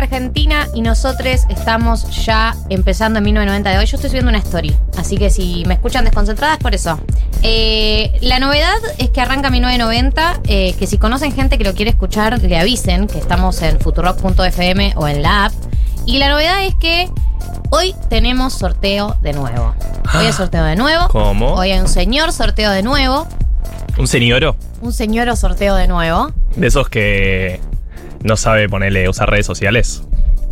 semana y nosotros estamos ya empezando en 1990 de hoy. Yo estoy subiendo una story, así que si me escuchan desconcentradas, por eso. Eh, la novedad es que arranca 1990, eh, que si conocen gente que lo quiere escuchar, le avisen que estamos en futurock.fm o en la app. Y la novedad es que hoy tenemos sorteo de nuevo. Hoy hay sorteo de nuevo. ¿Cómo? Hoy hay un señor sorteo de nuevo. Un señoro Un señor o sorteo de nuevo. de esos que no sabe ponerle usar redes sociales.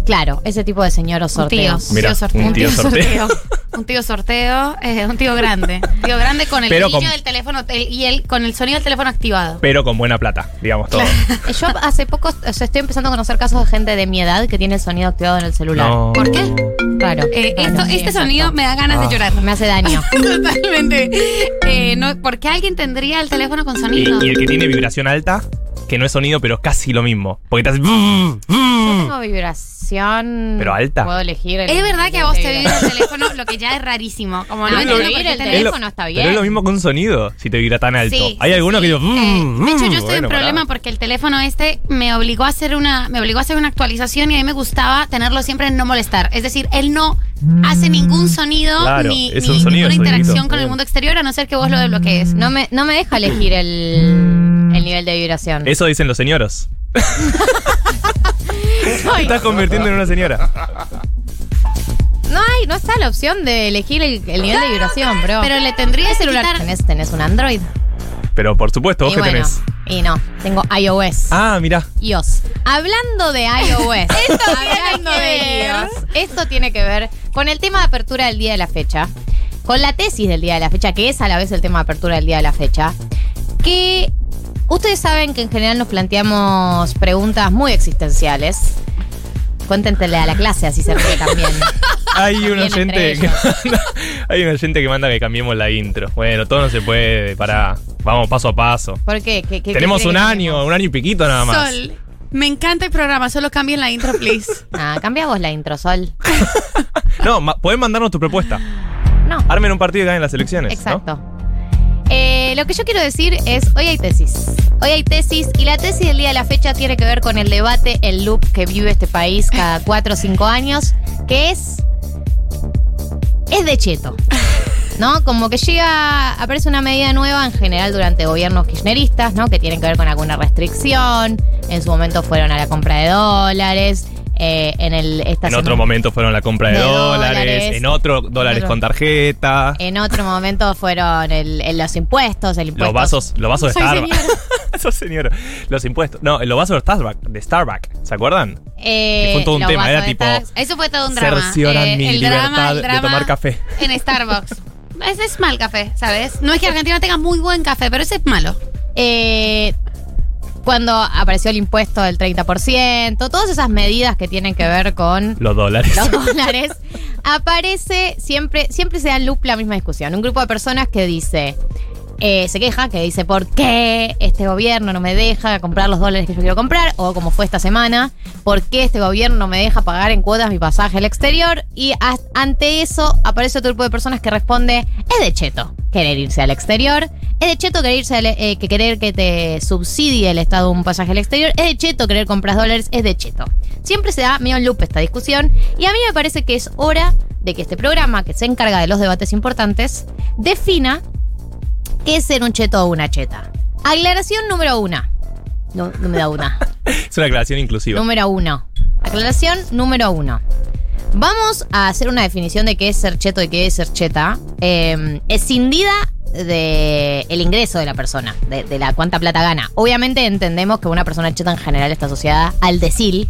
Claro, ese tipo de señor o Un tío, sorteo. un Mira, tío sorteo. un tío sorteo. Un tío sorteo, eh, un tío grande. Un tío grande con el Pero brillo con- del teléfono el- y el, con el sonido del teléfono activado. Pero con buena plata, digamos todo. Eh, Yo hace poco, o sea, estoy empezando a conocer casos de gente de mi edad que tiene el sonido activado en el celular. No. ¿Por qué? Claro. Eh, Claro, esto- sí, este exacto. sonido me da ganas Ah. de llorar. me hace daño. Totalmente. Eh, no, ¿Por qué alguien tendría el teléfono con Y, sonido? y el que tiene vibración alta, que no es sonido, pero es casi lo mismo. Porque te hace. Tengo vibración. Pero alta. Puedo elegir. el- Es verdad que a vos te vibra el teléfono, lo que ya es rarísimo. Como no, entiendo por vivir qué el te- Es lo- teléfono está bien. Pero es lo mismo que un sonido, si te vibra tan alto. Sí, Hay sí, algunos sí. que digo. Eh, de hecho, yo estoy en Bueno, problema pará. porque el teléfono este me obligó a hacer una, me obligó a hacer una actualización y a mí me gustaba tenerlo siempre en no molestar. Es decir, él no hace ningún sonido Claro, ni, es ni un sonido, ninguna sonidito. interacción con Bien. el mundo exterior a no ser que vos lo desbloquees. No me, no me deja elegir el, el nivel de vibración. Eso dicen los señoros. Te Ay, estás convirtiendo en una señora. no hay, no está la opción de elegir el, el nivel de vibración, bro. Pero le tendría ¿Qué que celular quitar- tenés? ¿Tenés un Android? Pero por supuesto, vos y que bueno, tenés. y no, tengo iOS. Ah, mirá. iOS. Hablando de iOS, esto hablando tiene que de ver. iOS, esto tiene que ver con el tema de apertura del día de la fecha, con la tesis del día de la fecha, que es a la vez el tema de apertura del día de la fecha, que ustedes saben que en general nos planteamos preguntas muy existenciales. Cuéntenle a la clase así se ríe también. Hay También un oyente entre que manda, hay un oyente que manda que cambiemos la intro. Bueno, todo no se puede, pará. Vamos paso a paso. ¿Por qué? ¿Qué- qué- Tenemos qué un creen que año, un año y piquito nada más. Sol, me encanta el programa, solo cambien la intro, please. Ah, cambia vos la intro, Sol. No, ma- pueden mandarnos tu propuesta. No. Armen un partido y ganen las elecciones. Exacto. Eh, lo que yo quiero decir es, hoy hay tesis. Hoy hay tesis y la tesis del día de la fecha tiene que ver con el debate, el loop que vive este país cada cuatro o cinco años, que es... Es de cheto. ¿No? Como que llega, aparece una medida nueva en general durante gobiernos kirchneristas, ¿no? Que tienen que ver con alguna restricción. En su momento fueron a la compra de dólares. eh, en el, esta ¿no? En otro semana- momento fueron la compra de, De dólares, dólares. en otro dólares otro- con tarjeta, En otro momento fueron el- el- los impuestos, el impuesto. los vasos, los vasos de Soy Starbucks. Sos señora. Los impuestos. No, los vasos de Starbucks, de Starbucks, ¿se acuerdan? Eh, Que fue todo un los tema, vasos era de tipo- Starbucks. Eso fue todo un drama. Eh, Cercioran mi libertad de tomar café. En Starbucks. Ese es mal café, ¿sabes? No es que Argentina tenga muy buen café, pero ese es malo. Eh, cuando apareció el impuesto del 30%, todas esas medidas que tienen que ver con Los dólares. los dólares, aparece siempre, siempre se da en loop la misma discusión. Un grupo de personas que dice, eh, se queja, que dice, ¿por qué este gobierno no me deja comprar los dólares que yo quiero comprar? O como fue esta semana, ¿por qué este gobierno no me deja pagar en cuotas mi pasaje al exterior? Y a- ante eso aparece otro grupo de personas que responde, es de cheto querer irse al exterior, es de cheto querer, irse al- eh, que, querer que te subsidie el Estado un pasaje al exterior, es de cheto querer comprar dólares, es de cheto. Siempre se da medio en loop esta discusión y a mí me parece que es hora de que este programa, que se encarga de los debates importantes, defina ¿Qué es ser un cheto o una cheta? Aclaración número una. No, número una. Es una aclaración inclusiva. número uno. Aclaración número uno. Vamos a hacer una definición de qué es ser cheto y qué es ser cheta. Eh, escindida de el ingreso de la persona, de, de la cuánta plata gana. Obviamente entendemos que una persona cheta en general está asociada al decil.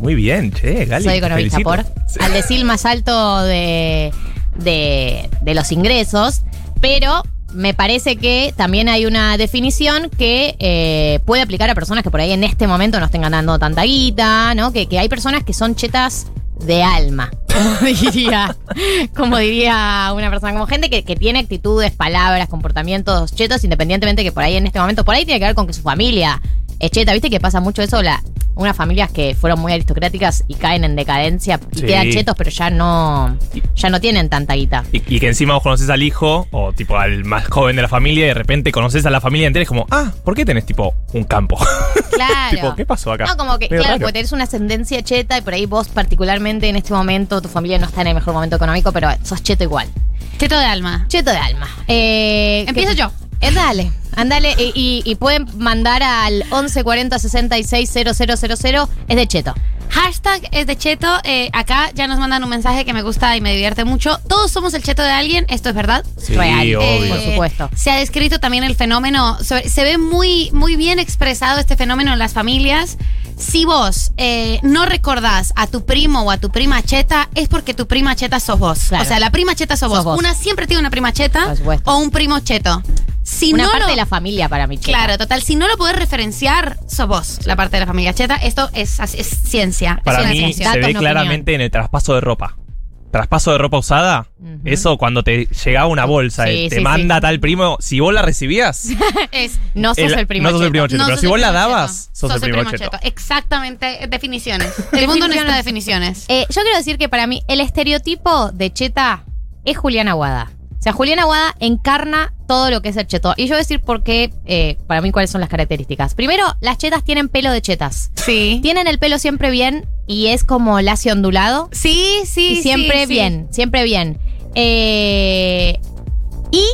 Muy bien, che, Gali. Soy te economista felicito. por. Sí. Al decil más alto de, de, de los ingresos, pero me parece que también hay una definición que eh, puede aplicar a personas que por ahí en este momento no estén ganando tanta guita, ¿no? Que, que hay personas que son chetas de alma, como diría, como diría una persona, como gente que, que tiene actitudes, palabras, comportamientos chetos, independientemente que por ahí en este momento, por ahí tiene que ver con que su familia es cheta, viste que pasa mucho eso, la, unas familias que fueron muy aristocráticas y caen en decadencia y Sí. quedan chetos, pero ya no, ya no tienen tanta guita. Y, y que encima vos conoces al hijo o tipo al más joven de la familia y de repente conoces a la familia entera y es como, ah, ¿por qué tenés tipo un campo? Claro. tipo, ¿qué pasó acá? No, como que, Medio claro, raro. porque tenés una ascendencia cheta y por ahí vos particularmente en este momento, tu familia no está en el mejor momento económico, pero sos cheto igual. Cheto de alma. Cheto de alma. Eh, Empiezo que- yo. Eh, dale, andale. Y, y- y pueden mandar al 1140 66 000. Es de Cheto. Hashtag es de Cheto. Eh, acá ya nos mandan un mensaje que me gusta y me divierte mucho. Todos somos el Cheto de alguien, esto es verdad. Sí, Real. obvio. Eh, Por supuesto. Se ha descrito también el fenómeno, sobre- se ve muy, muy bien expresado este fenómeno en las familias. Si vos eh, no recordás a tu primo o a tu prima cheta, es porque tu prima cheta sos vos. Claro. O sea, la prima cheta sos, Sos vos. vos. Una siempre tiene una prima cheta Por supuesto. o un primo cheto. Si Una no parte lo- de la familia para mí, Cheto. Claro, total. Si no lo podés referenciar, sos vos, la parte de la familia cheta. Esto es, así- es ciencia. Para es una mí ciencia. se Datos, ve no claramente en el traspaso de ropa. Traspaso de ropa usada, Ujú. eso cuando te llegaba una bolsa, Sí, de, te sí, manda sí. tal primo, si vos la recibías, Es- No sos el, primo no sos el primo Cheto. cheto, no pero sos si el vos la primo dabas, cheto. sos, el primo cheto. Exactamente. eh, Definiciones. El mundo no está de definiciones. Eh, yo quiero decir que para mí el estereotipo de Cheta es Julián Aguada. O sea, Julián Aguada encarna todo lo que es el cheto. Y yo voy a decir por qué, eh, para mí, cuáles son las características. Primero, las chetas tienen pelo de chetas. Sí. Tienen el pelo siempre bien y es como lacio ondulado. Sí, sí. y siempre sí, sí. bien, siempre bien. Eh, y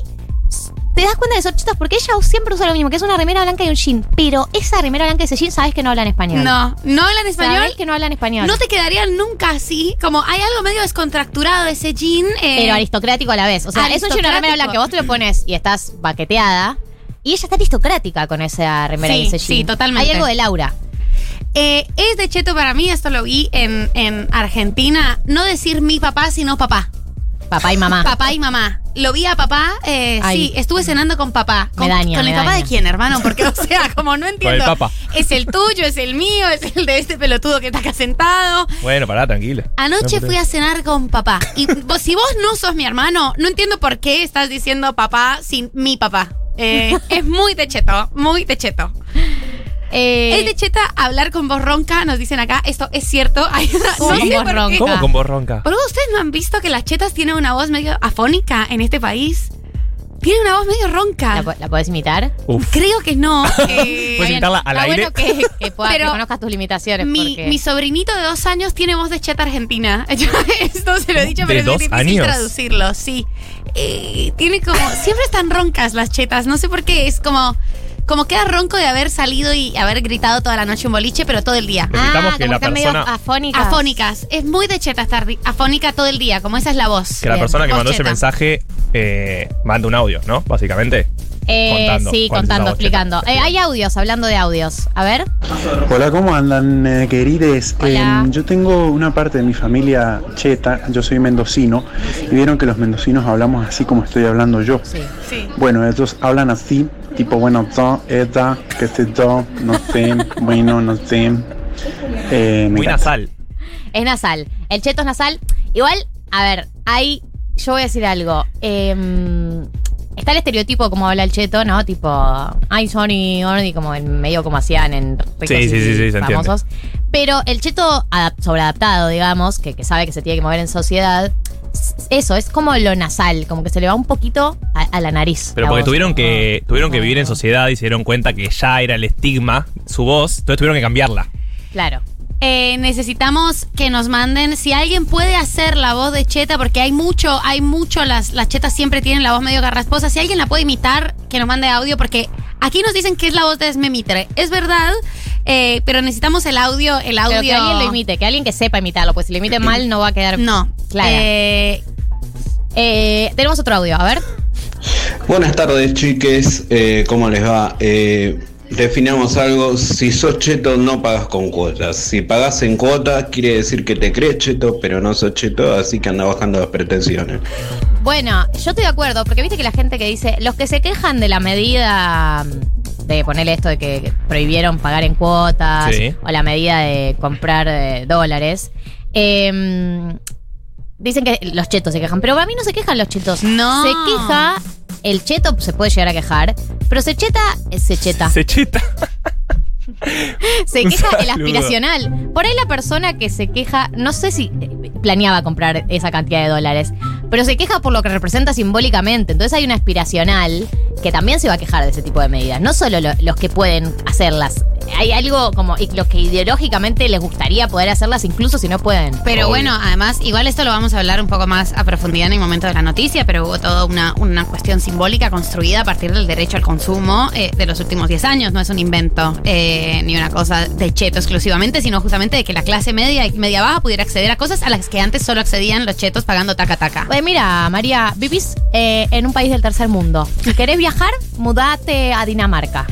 s- te das cuenta de esos chetas porque ella siempre usa lo mismo, que es una remera blanca y un jean. Pero esa remera blanca y ese jean sabes que no hablan español. No, no hablan español. Sabés que no hablan español. No te quedaría nunca así. Como hay algo medio descontracturado de ese jean. eh, pero aristocrático a la vez. O sea, es un jean y una remera Aristocrático. blanca que vos te lo pones y estás baqueteada. Y ella está aristocrática con esa remera Sí, y ese sí, jean. totalmente. Hay algo de Laura. eh, es de cheto para mí. Esto lo vi en, en Argentina. No decir mi papá, sino papá. Papá y mamá. Papá y mamá. Lo vi a papá. eh, Ay. sí, estuve cenando con papá. Me ¿Con, daña, ¿Con el me papá daña. de quién, hermano? Porque, o sea, como no entiendo. papá. Es el tuyo, es el mío, es el de este pelotudo que está acá sentado. Bueno, pará, tranquila. Anoche fui a cenar con papá. Y vos- si vos no sos mi hermano, no entiendo por qué estás diciendo papá sin mi papá. Eh, es muy techeto, muy techeto. Eh, Es de cheta hablar con voz ronca, nos dicen acá, esto es cierto. Ay, no ¿Cómo sé con voz por qué. ronca? ¿Cómo con vos ronca? Pero ustedes no han visto que las chetas tienen una voz medio afónica en este país. Tienen una voz medio ¿la, ronca. po- la podés imitar? Uf. Creo que no. Eh, Pues Bien. imitarla al Está aire. Ah, bueno que, que puedas- que Pero conozcas tus limitaciones. mi, porque- mi sobrinito de dos años tiene voz de cheta argentina. Yo esto se lo he dicho, ¿De pero es muy dos difícil años? traducirlo, sí. Eh, tiene como. Siempre están roncas las chetas. No sé por qué. Es como. Como queda ronco de haber salido y haber gritado toda la noche un boliche, pero todo el día. Pero necesitamos ah, que como la están medio persona- afónicas. Afónicas. Es muy de cheta estar di- afónica todo el día, como esa es la voz. Que la Bien. persona que Vos mandó ese cheta. mensaje eh, manda un audio, ¿no? Básicamente. Eh, Contando, sí, ¿cuál es contando, esa voz que está? explicando. Eh, hay audios, hablando de audios. A ver. Hola, ¿cómo andan, eh, querides? Hola. Em, yo tengo una parte de mi familia cheta, yo soy mendocino, y vieron que los mendocinos hablamos así como estoy hablando yo. Sí. Sí. Bueno, ellos hablan así, tipo, bueno, to, eta, que te to, no sé, bueno, no sé. Eh, me Muy encanta. nasal. Es nasal. El cheto es nasal. Igual, a ver, hay. Yo voy a decir algo. Em, está el estereotipo como habla el cheto, ¿no? Tipo, ay, Sony, Ordi, como en medio como hacían en ricos Sí, y sí, sí, sí, se entiende. famosos. Pero el cheto adap- sobreadaptado, digamos, que, que sabe que se tiene que mover en sociedad, s- eso, es como lo nasal, como que se le va un poquito a, a la nariz. Pero la porque voz. tuvieron que, tuvieron que vivir en Ah. sociedad y se dieron cuenta que ya era el estigma, su voz, entonces tuvieron que cambiarla. Claro. Eh, necesitamos que nos manden si alguien puede hacer la voz de Cheta, porque hay mucho, hay mucho, las, las chetas siempre tienen la voz medio garrasposa. Si alguien la puede imitar, que nos mande audio, porque aquí nos dicen que es la voz de Esme Mitre. Es verdad, eh, pero necesitamos el audio, el audio. Pero que alguien lo imite, que alguien que sepa imitarlo, pues si lo imite mal no va a quedar. No, Clara. Eh, Eh, tenemos otro audio, a ver. Buenas tardes, chiques. Eh, ¿Cómo les va? Eh, definamos algo. Si sos cheto, no pagas con cuotas. Si pagas en cuotas, quiere decir que te crees cheto, pero no sos cheto, así que anda bajando las pretensiones. Bueno, yo estoy de acuerdo, porque viste que la gente que dice, los que se quejan de la medida mm, de ponerle esto de que prohibieron pagar en cuotas Sí. o la medida de comprar eh, dólares, em, dicen que los chetos se quejan, pero para mí no se quejan los chetos. No. Se queja, el cheto se puede llegar a quejar, pero se cheta, eh, se cheta. Se cheta. Se Un queja el saludo. aspiracional. Por ahí la persona que se queja, no sé si eh, planeaba comprar esa cantidad de dólares, pero se queja por lo que representa simbólicamente. Entonces hay un aspiracional que también se va a quejar de ese tipo de medidas. No solo lo- los que pueden hacerlas. Hay algo como y los que ideológicamente les gustaría poder hacerlas, incluso si no pueden. Pero Obvio. bueno, además, igual esto lo vamos a hablar un poco más a profundidad en el momento de la noticia, pero hubo toda una, una cuestión simbólica construida a partir del derecho al consumo eh, de los últimos 10 años. No es un invento eh, ni una cosa de cheto exclusivamente, sino justamente de que la clase media y media baja pudiera acceder a cosas a las que antes solo accedían los chetos pagando taca taca. Oye, Pues mira, María, vivís eh, en un país del tercer mundo. Si querés viajar, mudate a Dinamarca.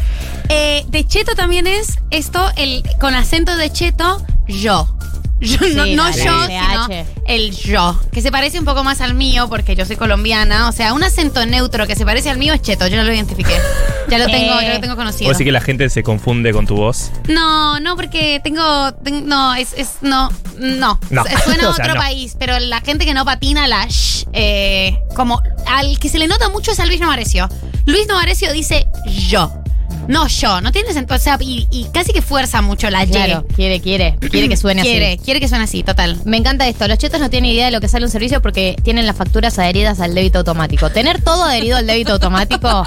Eh, de cheto también es esto, el con acento de cheto, yo. Yo, no Sí, no la yo, LH. sino el yo, que se parece un poco más al mío porque yo soy colombiana. O sea, un acento neutro que se parece al mío es cheto, yo lo identifiqué. Ya lo tengo, Eh. yo lo tengo conocido. ¿Puedo decir que la gente se confunde con tu voz? No, no, porque tengo, ten- no, es, es, no, no. No. S- Suena a O sea, otro no. país, pero la gente que no patina la sh, eh, como al que se le nota mucho es a Luis Novarecio. Luis Novarecio dice yo, no yo, no tiene sentido, o sea, y, y casi que fuerza mucho la y. Claro, quiere, quiere. Quiere que suene así. quiere, quiere que suene así, total. Me encanta esto. Los chetos no tienen idea de lo que sale un servicio porque tienen las facturas adheridas al débito automático. Tener todo adherido al débito automático,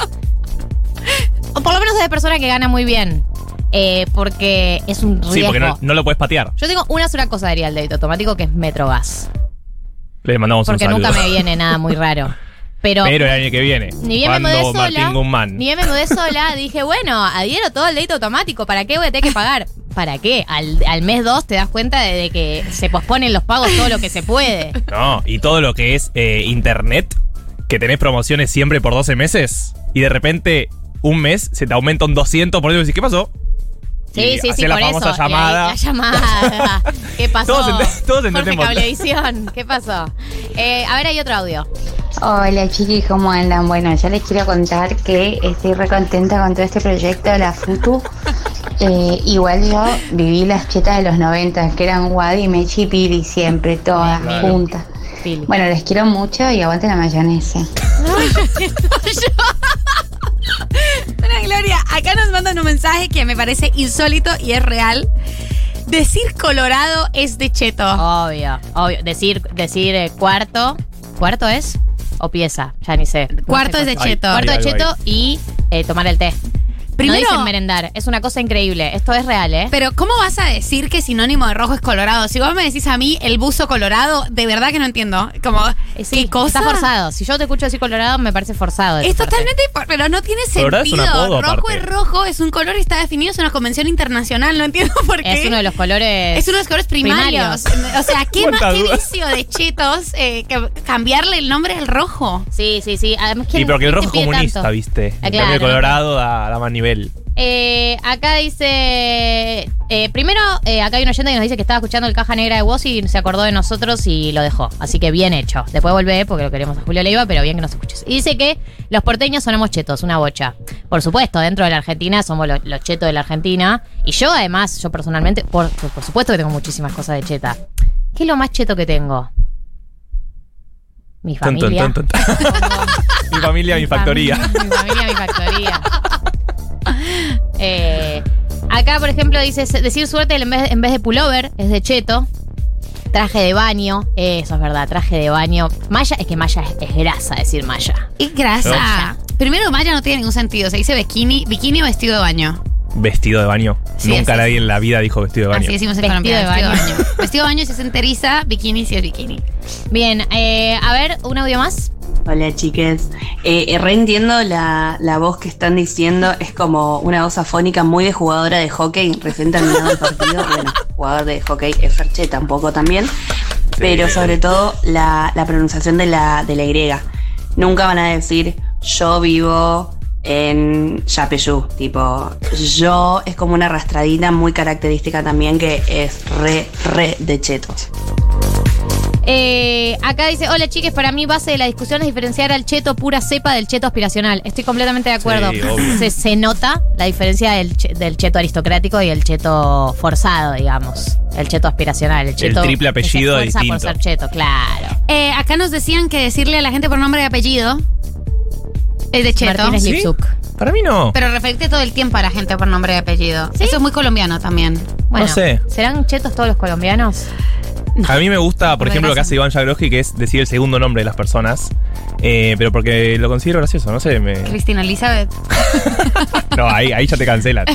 o por lo menos es de persona que gana muy bien, eh, porque es un riesgo. Sí, porque no, no lo puedes patear. Yo tengo una sola cosa adherida al débito automático que es Metrogas, Le mandamos porque un saludo. nunca me viene nada muy raro. Pero, Pero el año que viene, ni bien me mudé cuando sola, Martín Guzmán. ni bien me mudé sola, dije, bueno, adhiero todo al débito automático, ¿para qué voy a tener que pagar? ¿Para qué? Al, al mes 2 te das cuenta de, de que se posponen los pagos todo lo que se puede. No, y todo lo que es eh, internet, que tenés promociones siempre por 12 meses, y de repente un mes se te aumenta un 200, por eso decís, ¿qué pasó? Sí, Y sí, sí, hacés la por famosa eso. llamada. La, la llamada. ¿Qué pasó? Todos ente- todos Jorge entendemos. Cablevisión, ¿qué pasó? Eh, a ver, hay otro audio. Hola chiquis, ¿cómo andan? Bueno, yo les quiero contar que estoy re contenta con todo este proyecto de la FUTU. Eh, igual yo viví las chetas de los 90, que eran Wadi, Mechi y Pili siempre, todas Claro. juntas. Pili. Bueno, les quiero mucho y aguante la mayonesa. Bueno, Gloria, acá nos mandan un mensaje que me parece insólito y es real. Decir Colorado es de Ah, cheto. Obvio, obvio. Decir, decir eh, cuarto. ¿Cuarto es? ¿O pieza? Ya ni sé. No Cuarto sé es de cuál. Ay, cheto. Cuarto de Ahí, ahí, cheto y eh, tomar el té. Primero- no dicen merendar. Es una cosa increíble. Esto es real, ¿eh? Pero ¿cómo vas a decir que sinónimo de rojo es colorado? Si vos me decís a mí el buzo colorado, de verdad que no entiendo. Como, Eh, sí, ¿qué cosa? Está forzado. Si yo te escucho decir colorado, me parece forzado. de Es tu parte. totalmente, por- pero no tiene Colorado sentido. es un apodo, rojo aparte. es rojo, es un color y está definido, es una convención internacional, no entiendo por qué. Es uno de los colores. Es uno de los colores primarios. O sea, ¿qué más Cuánta qué duda. vicio de chetos eh, que cambiarle el nombre al rojo? Sí, sí, sí. Además, ¿quién- Y pero que el quién rojo te es pide comunista, tanto? ¿viste? Ah, En cambio claro. el colorado da, da más nivel. Eh, acá dice. eh, primero, eh, acá hay un oyente que nos dice que estaba escuchando el caja negra de vos y se acordó de nosotros y lo dejó. Así que bien hecho. Después volvé porque lo queremos a Julio Leiva, pero bien que nos escuches. Y dice que los porteños sonamos chetos, una bocha. Por supuesto, dentro de la Argentina somos lo- los, chetos de la Argentina. Y yo, además, yo personalmente, por, por- por supuesto que tengo muchísimas cosas de cheta. ¿Qué es lo más cheto que tengo? Mi Tun, tun, familia. tun, tun, tun. mi familia, mi factoría. Fam- Mi familia, mi factoría. Eh, acá, por ejemplo, dice se- decir suerte en vez, en vez de pullover es de cheto. Traje de baño, eh, eso es verdad, traje de baño. Malla, es que malla es, es grasa decir malla. Es grasa. Primero, Maya no tiene ningún sentido. Se dice bikini, bikini o vestido de baño. Vestido de baño. Sí, Nunca así nadie en la vida dijo vestido de baño. Así decimos en Vestido Colombia. de vestido de baño. baño. vestido de baño si es enteriza, bikini si es bikini. Bien, eh, a ver, un audio más. Hola chiques, eh, eh, reentiendo la, la voz que están diciendo, es como una voz afónica muy de jugadora de hockey, recién terminado el partido, bueno, jugador de hockey es Ferche tampoco también, pero sobre todo la, la pronunciación de la, de la Y. Nunca van a decir yo vivo en Yapeyú, tipo yo es como una rastradita muy característica también que es re, re de chetos. Eh, acá dice, hola chiques, para mí base de la discusión es diferenciar al cheto pura cepa del cheto aspiracional. Estoy completamente de acuerdo. Sí, obvio. se, se nota la diferencia del, che- del cheto aristocrático y el cheto forzado, digamos. El cheto aspiracional, el cheto... triple que se apellido esfuerza distinto. por ser cheto, claro. Eh, acá nos decían que decirle a la gente por nombre y apellido es de cheto. Martínez ¿Sí? Lipsuk. Para mí no. Pero referirte todo el tiempo a la gente por nombre y apellido. Eso es muy colombiano también. Bueno, No sé. ¿serán chetos todos los colombianos? A mí me gusta, por Por ejemplo, lo que desgracia. hace Iván Jagroski, que es decir el segundo nombre de las personas. Eh, pero porque lo considero gracioso, no sé. me- Cristina Elizabeth. No, ahí, ahí ya te cancelan.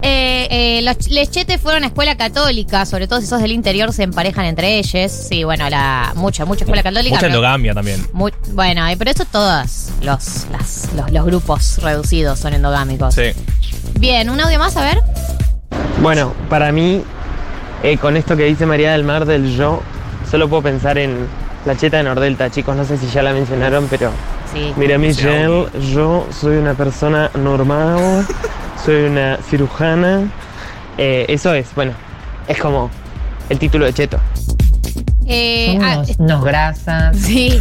Eh, eh, los ch- les chetes fueron a escuela católica, sobre todo si sos del interior se emparejan entre ellos. Sí, bueno, la mucha, mucha escuela católica. Mucha pero- endogamia también. Mu- bueno, eh, pero eso todos los, las- los, los grupos reducidos son endogámicos. Sí. Bien, un audio más, a ver. Bueno, para mí, eh, con esto que dice María del Mar del yo, solo puedo pensar en la cheta de Nordelta, chicos. No sé si ya la mencionaron, pero Sí. mira, Michelle, yo soy una persona normal, soy una cirujana. eh, eso es, bueno, es como el título de cheto. Eh, Son ah, unos, es- unos grasas. sí.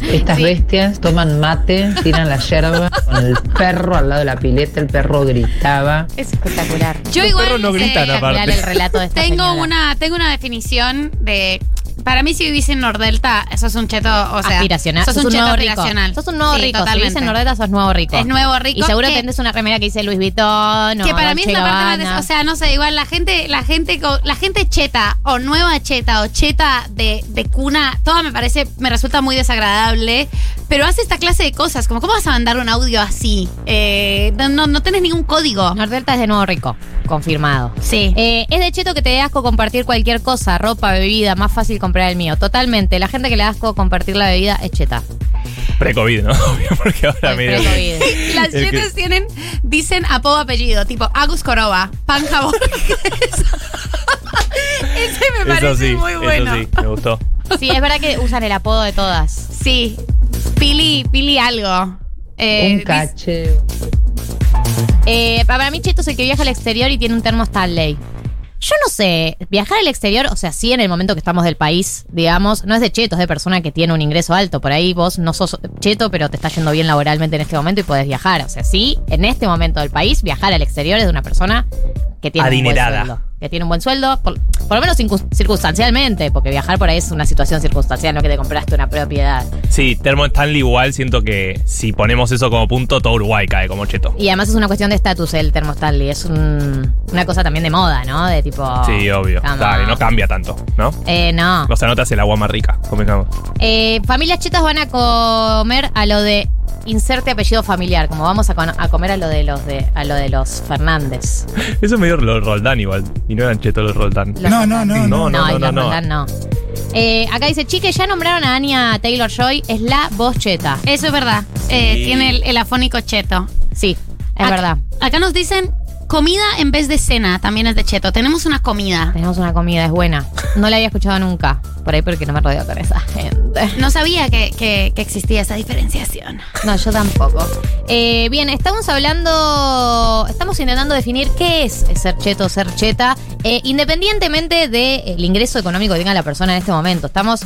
Estas sí. bestias toman mate, tiran la yerba con el perro al lado de la pileta. El perro gritaba. Es espectacular. Yo Los igual perros no eh, gritan, aparte. Espectacular el relato de esta tengo señora. una tengo una definición de para mí si vivís en Nordelta, sos un cheto, o sea, aspiracional. sos un, cheto nuevo rico. aspiracional. Sos un nuevo Sí, rico. Si totalmente. vivís en Nordeta, sos nuevo rico. Es nuevo rico. Y seguro que- tendés una remera que dice Luis Vuitton. o que para mí es Dolce la parte más, Gabbana. des- o sea, no sé, igual la gente, la gente, co- la gente cheta o nueva cheta o cheta de, de cuna, toda me parece, me resulta muy desagradable, pero hace esta clase de cosas, como cómo vas a mandar un audio así, Eh, no, no, no tenés ningún código. Nordelta es de nuevo rico. Confirmado. Sí. Eh, es de cheto que te dé asco compartir cualquier cosa, ropa, bebida, más fácil comprar el mío. Totalmente. La gente que le da asco compartir la bebida es cheta. Pre-COVID, ¿no? Porque ahora Pues, medio. pre-COVID. Las el que- chetas tienen, dicen apodo apellido, tipo Agus Coroba, Panja Borges. Ese me parece Eso sí, muy eso bueno. sí, me gustó. Sí, es verdad que usan el apodo de todas. sí. Pili, Pili algo. Eh, un dice- cache. Eh, para mí, Cheto es el que viaja al exterior y tiene un termo Stanley. Yo no sé, viajar al exterior, o sea, sí en el momento que estamos del país, digamos, no es de cheto, es de persona que tiene un ingreso alto. Por ahí vos no sos cheto, pero te está yendo bien laboralmente en este momento y podés viajar. O sea, sí, en este momento del país, viajar al exterior es de una persona que tiene Adinerada. un buen sueldo. Que tiene un buen sueldo, por, por lo menos circun- circunstancialmente, porque viajar por ahí es una situación circunstancial, no que te compraste una propiedad. Sí, Termo Stanley igual siento que si ponemos eso como punto, todo Uruguay cae como cheto. Y además es una cuestión de estatus el termo Stanley. Es un- una cosa también de moda, ¿no? De tipo. Sí, obvio. come Dale, on. no cambia tanto, ¿no? Eh, no. O sea, no te hace el agua más rica, convengamos. Eh, familias chetas van a comer a lo de inserte apellido familiar, como vamos a, con- a comer a lo de los de a lo de los Fernández. Eso me dio los Roldán igual. Y no eran chetos los Roldán. Los No, no, no, No, no. No, no, y no, los no. Roldán no. Eh, acá dice, chique, ya nombraron a Anya Taylor Joy, es la voz cheta. Eso es verdad. Eh, tiene el, el afónico cheto. Sí, es Ac- verdad. Acá nos dicen comida en vez de cena, también es de cheto. Tenemos una comida. Tenemos una comida, es buena. No la había escuchado nunca. Por ahí porque no me rodeo con esa gente. No sabía que, que- que existía esa diferenciación. No, yo tampoco. Eh, bien, estamos hablando, estamos intentando definir qué es ser cheto o ser cheta, eh, independientemente del ingreso económico que tenga la persona en este momento. Estamos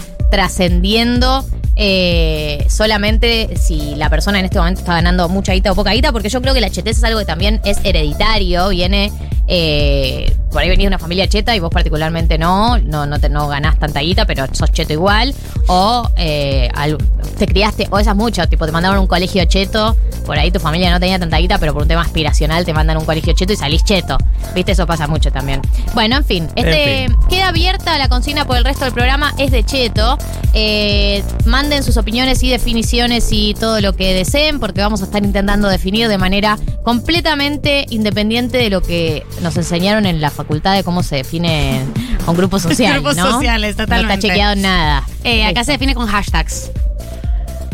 trascendiendo eh, solamente si la persona en este momento está ganando mucha guita o poca guita, porque yo creo que la chetez es algo que también es hereditario, viene... eh, por ahí venís de una familia cheta y vos particularmente no, no, no, te, no ganás tanta guita, pero sos cheto igual. O eh, al- te criaste, o esas muchas, tipo te mandaron a un colegio cheto, por ahí tu familia no tenía tanta guita, pero por un tema aspiracional te mandan a un colegio cheto y salís cheto. Viste, eso pasa mucho también. Bueno, en fin, este En fin. queda abierta la consigna por el resto del programa, es de cheto. Eh, manden sus opiniones y definiciones y todo lo que deseen, porque vamos a estar intentando definir de manera completamente independiente de lo que nos enseñaron en la facultad de cómo se define a un grupo social. Grupos ¿no? sociales, No está totalmente. chequeado nada. Eh, acá Listo. se define con hashtags.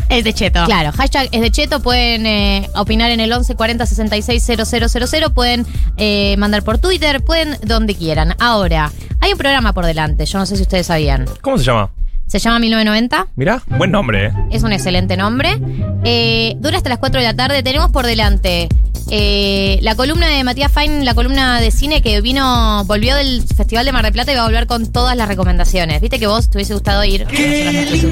Es de cheto. Claro, hashtag es de Cheto, pueden eh, opinar en el 1140 66 000, pueden eh, mandar por Twitter, pueden donde quieran. Ahora, hay un programa por delante, yo no sé si ustedes sabían. ¿Cómo se llama? Se llama 1990. Mirá, buen nombre, ¿eh? Es un excelente nombre. Eh, dura hasta las 4 de la tarde. Tenemos por delante eh, la columna de Matías Fine, la columna de cine que vino, volvió del Festival de Mar del Plata y va a volver con todas las recomendaciones. Viste que vos te hubiese gustado ir. nosotras nos hubiese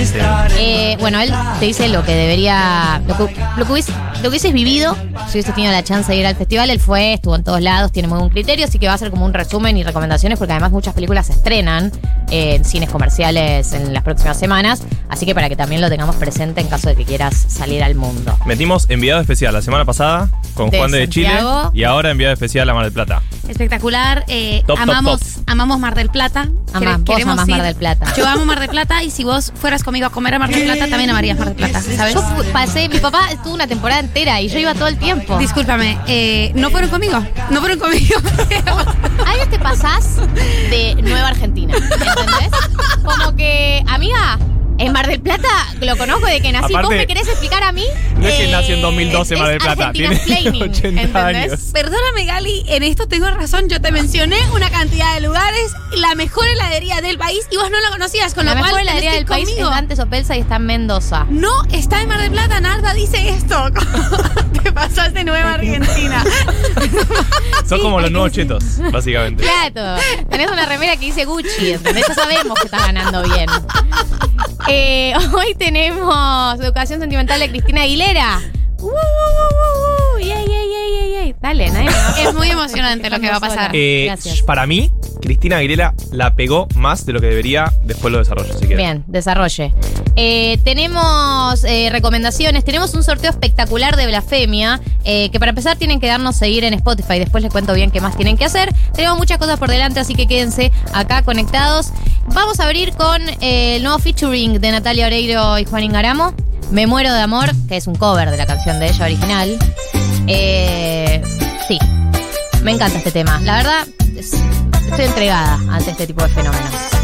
gustado ir. Eh, bueno, él te dice lo que debería. Lo que, lo que hubiese, lo que hubieses vivido si hubieses tenido la chance de ir al festival. Él fue, estuvo en todos lados, tiene muy buen criterio, así que va a ser como un resumen y recomendaciones porque además muchas películas se estrenan eh, en cines comerciales en las próximas semanas. Así que para que también lo tengamos presente en caso de que quieras salir al mundo. Metimos enviado especial la semana pasada con De Juan de Chile Santiago. y ahora enviado especial a Mar del Plata. Espectacular. eh, Top, top, amamos, top. amamos Mar del Plata. Amás, Quere- vos amás Mar del Plata. Yo amo Mar del Plata y si vos fueras conmigo a comer a Mar del Plata, también amarías Mar del Plata, ¿sabes? Yo fu- pasé, mi papá estuvo una temporada entera y yo iba todo el tiempo. Discúlpame, eh, no fueron conmigo. No fueron conmigo. Ahí te pasás de Nueva Argentina, ¿entendés? Como que, amiga, en Mar del Plata lo conozco de que nací. ¿Vos Aparte, me querés explicar a mí? No es que Eh, nació en 2012 Mar del es Plata, tiene Argentina Planning, 80 ¿entendés? años. Perdóname, Gali, en esto tengo razón. Yo te mencioné una cantidad de lugares, la mejor heladería del país y vos no la conocías, con La lo cual mejor tenés heladería que del ir país es conmigo. Dante Sopelsa y está en Mendoza. No está en Mar del Plata, Narda dice esto. te pasaste nueva Argentina. Son como los nuevos chetos, básicamente. Claro, tenés una remera que dice Gucci, ¿entendés? Ya sabemos que estás ganando bien. Eh, hoy tenemos Educación Sentimental de Cristina Aguilera. Uh, uh, uh, uh, yeah, yeah, yeah, yeah, yeah. Dale, nadie me- Es muy emocionante lo que va a pasar. Eh, Gracias. Para mí, Cristina Aguilera la pegó más de lo que debería después lo desarrollo, si quieren. Bien, desarrolle. Eh, tenemos eh, recomendaciones, tenemos un sorteo espectacular de Blasfemia, eh, que para empezar tienen que darnos seguir en Spotify, después les cuento bien qué más tienen que hacer. Tenemos muchas cosas por delante, así que quédense acá conectados. Vamos a abrir con eh, el nuevo featuring de Natalia Oreiro y Juan Ingaramo, Me muero de amor, que es un cover de la canción de ella original. Eh, sí, me encanta este tema. La verdad, es- estoy entregada ante este tipo de fenómenos.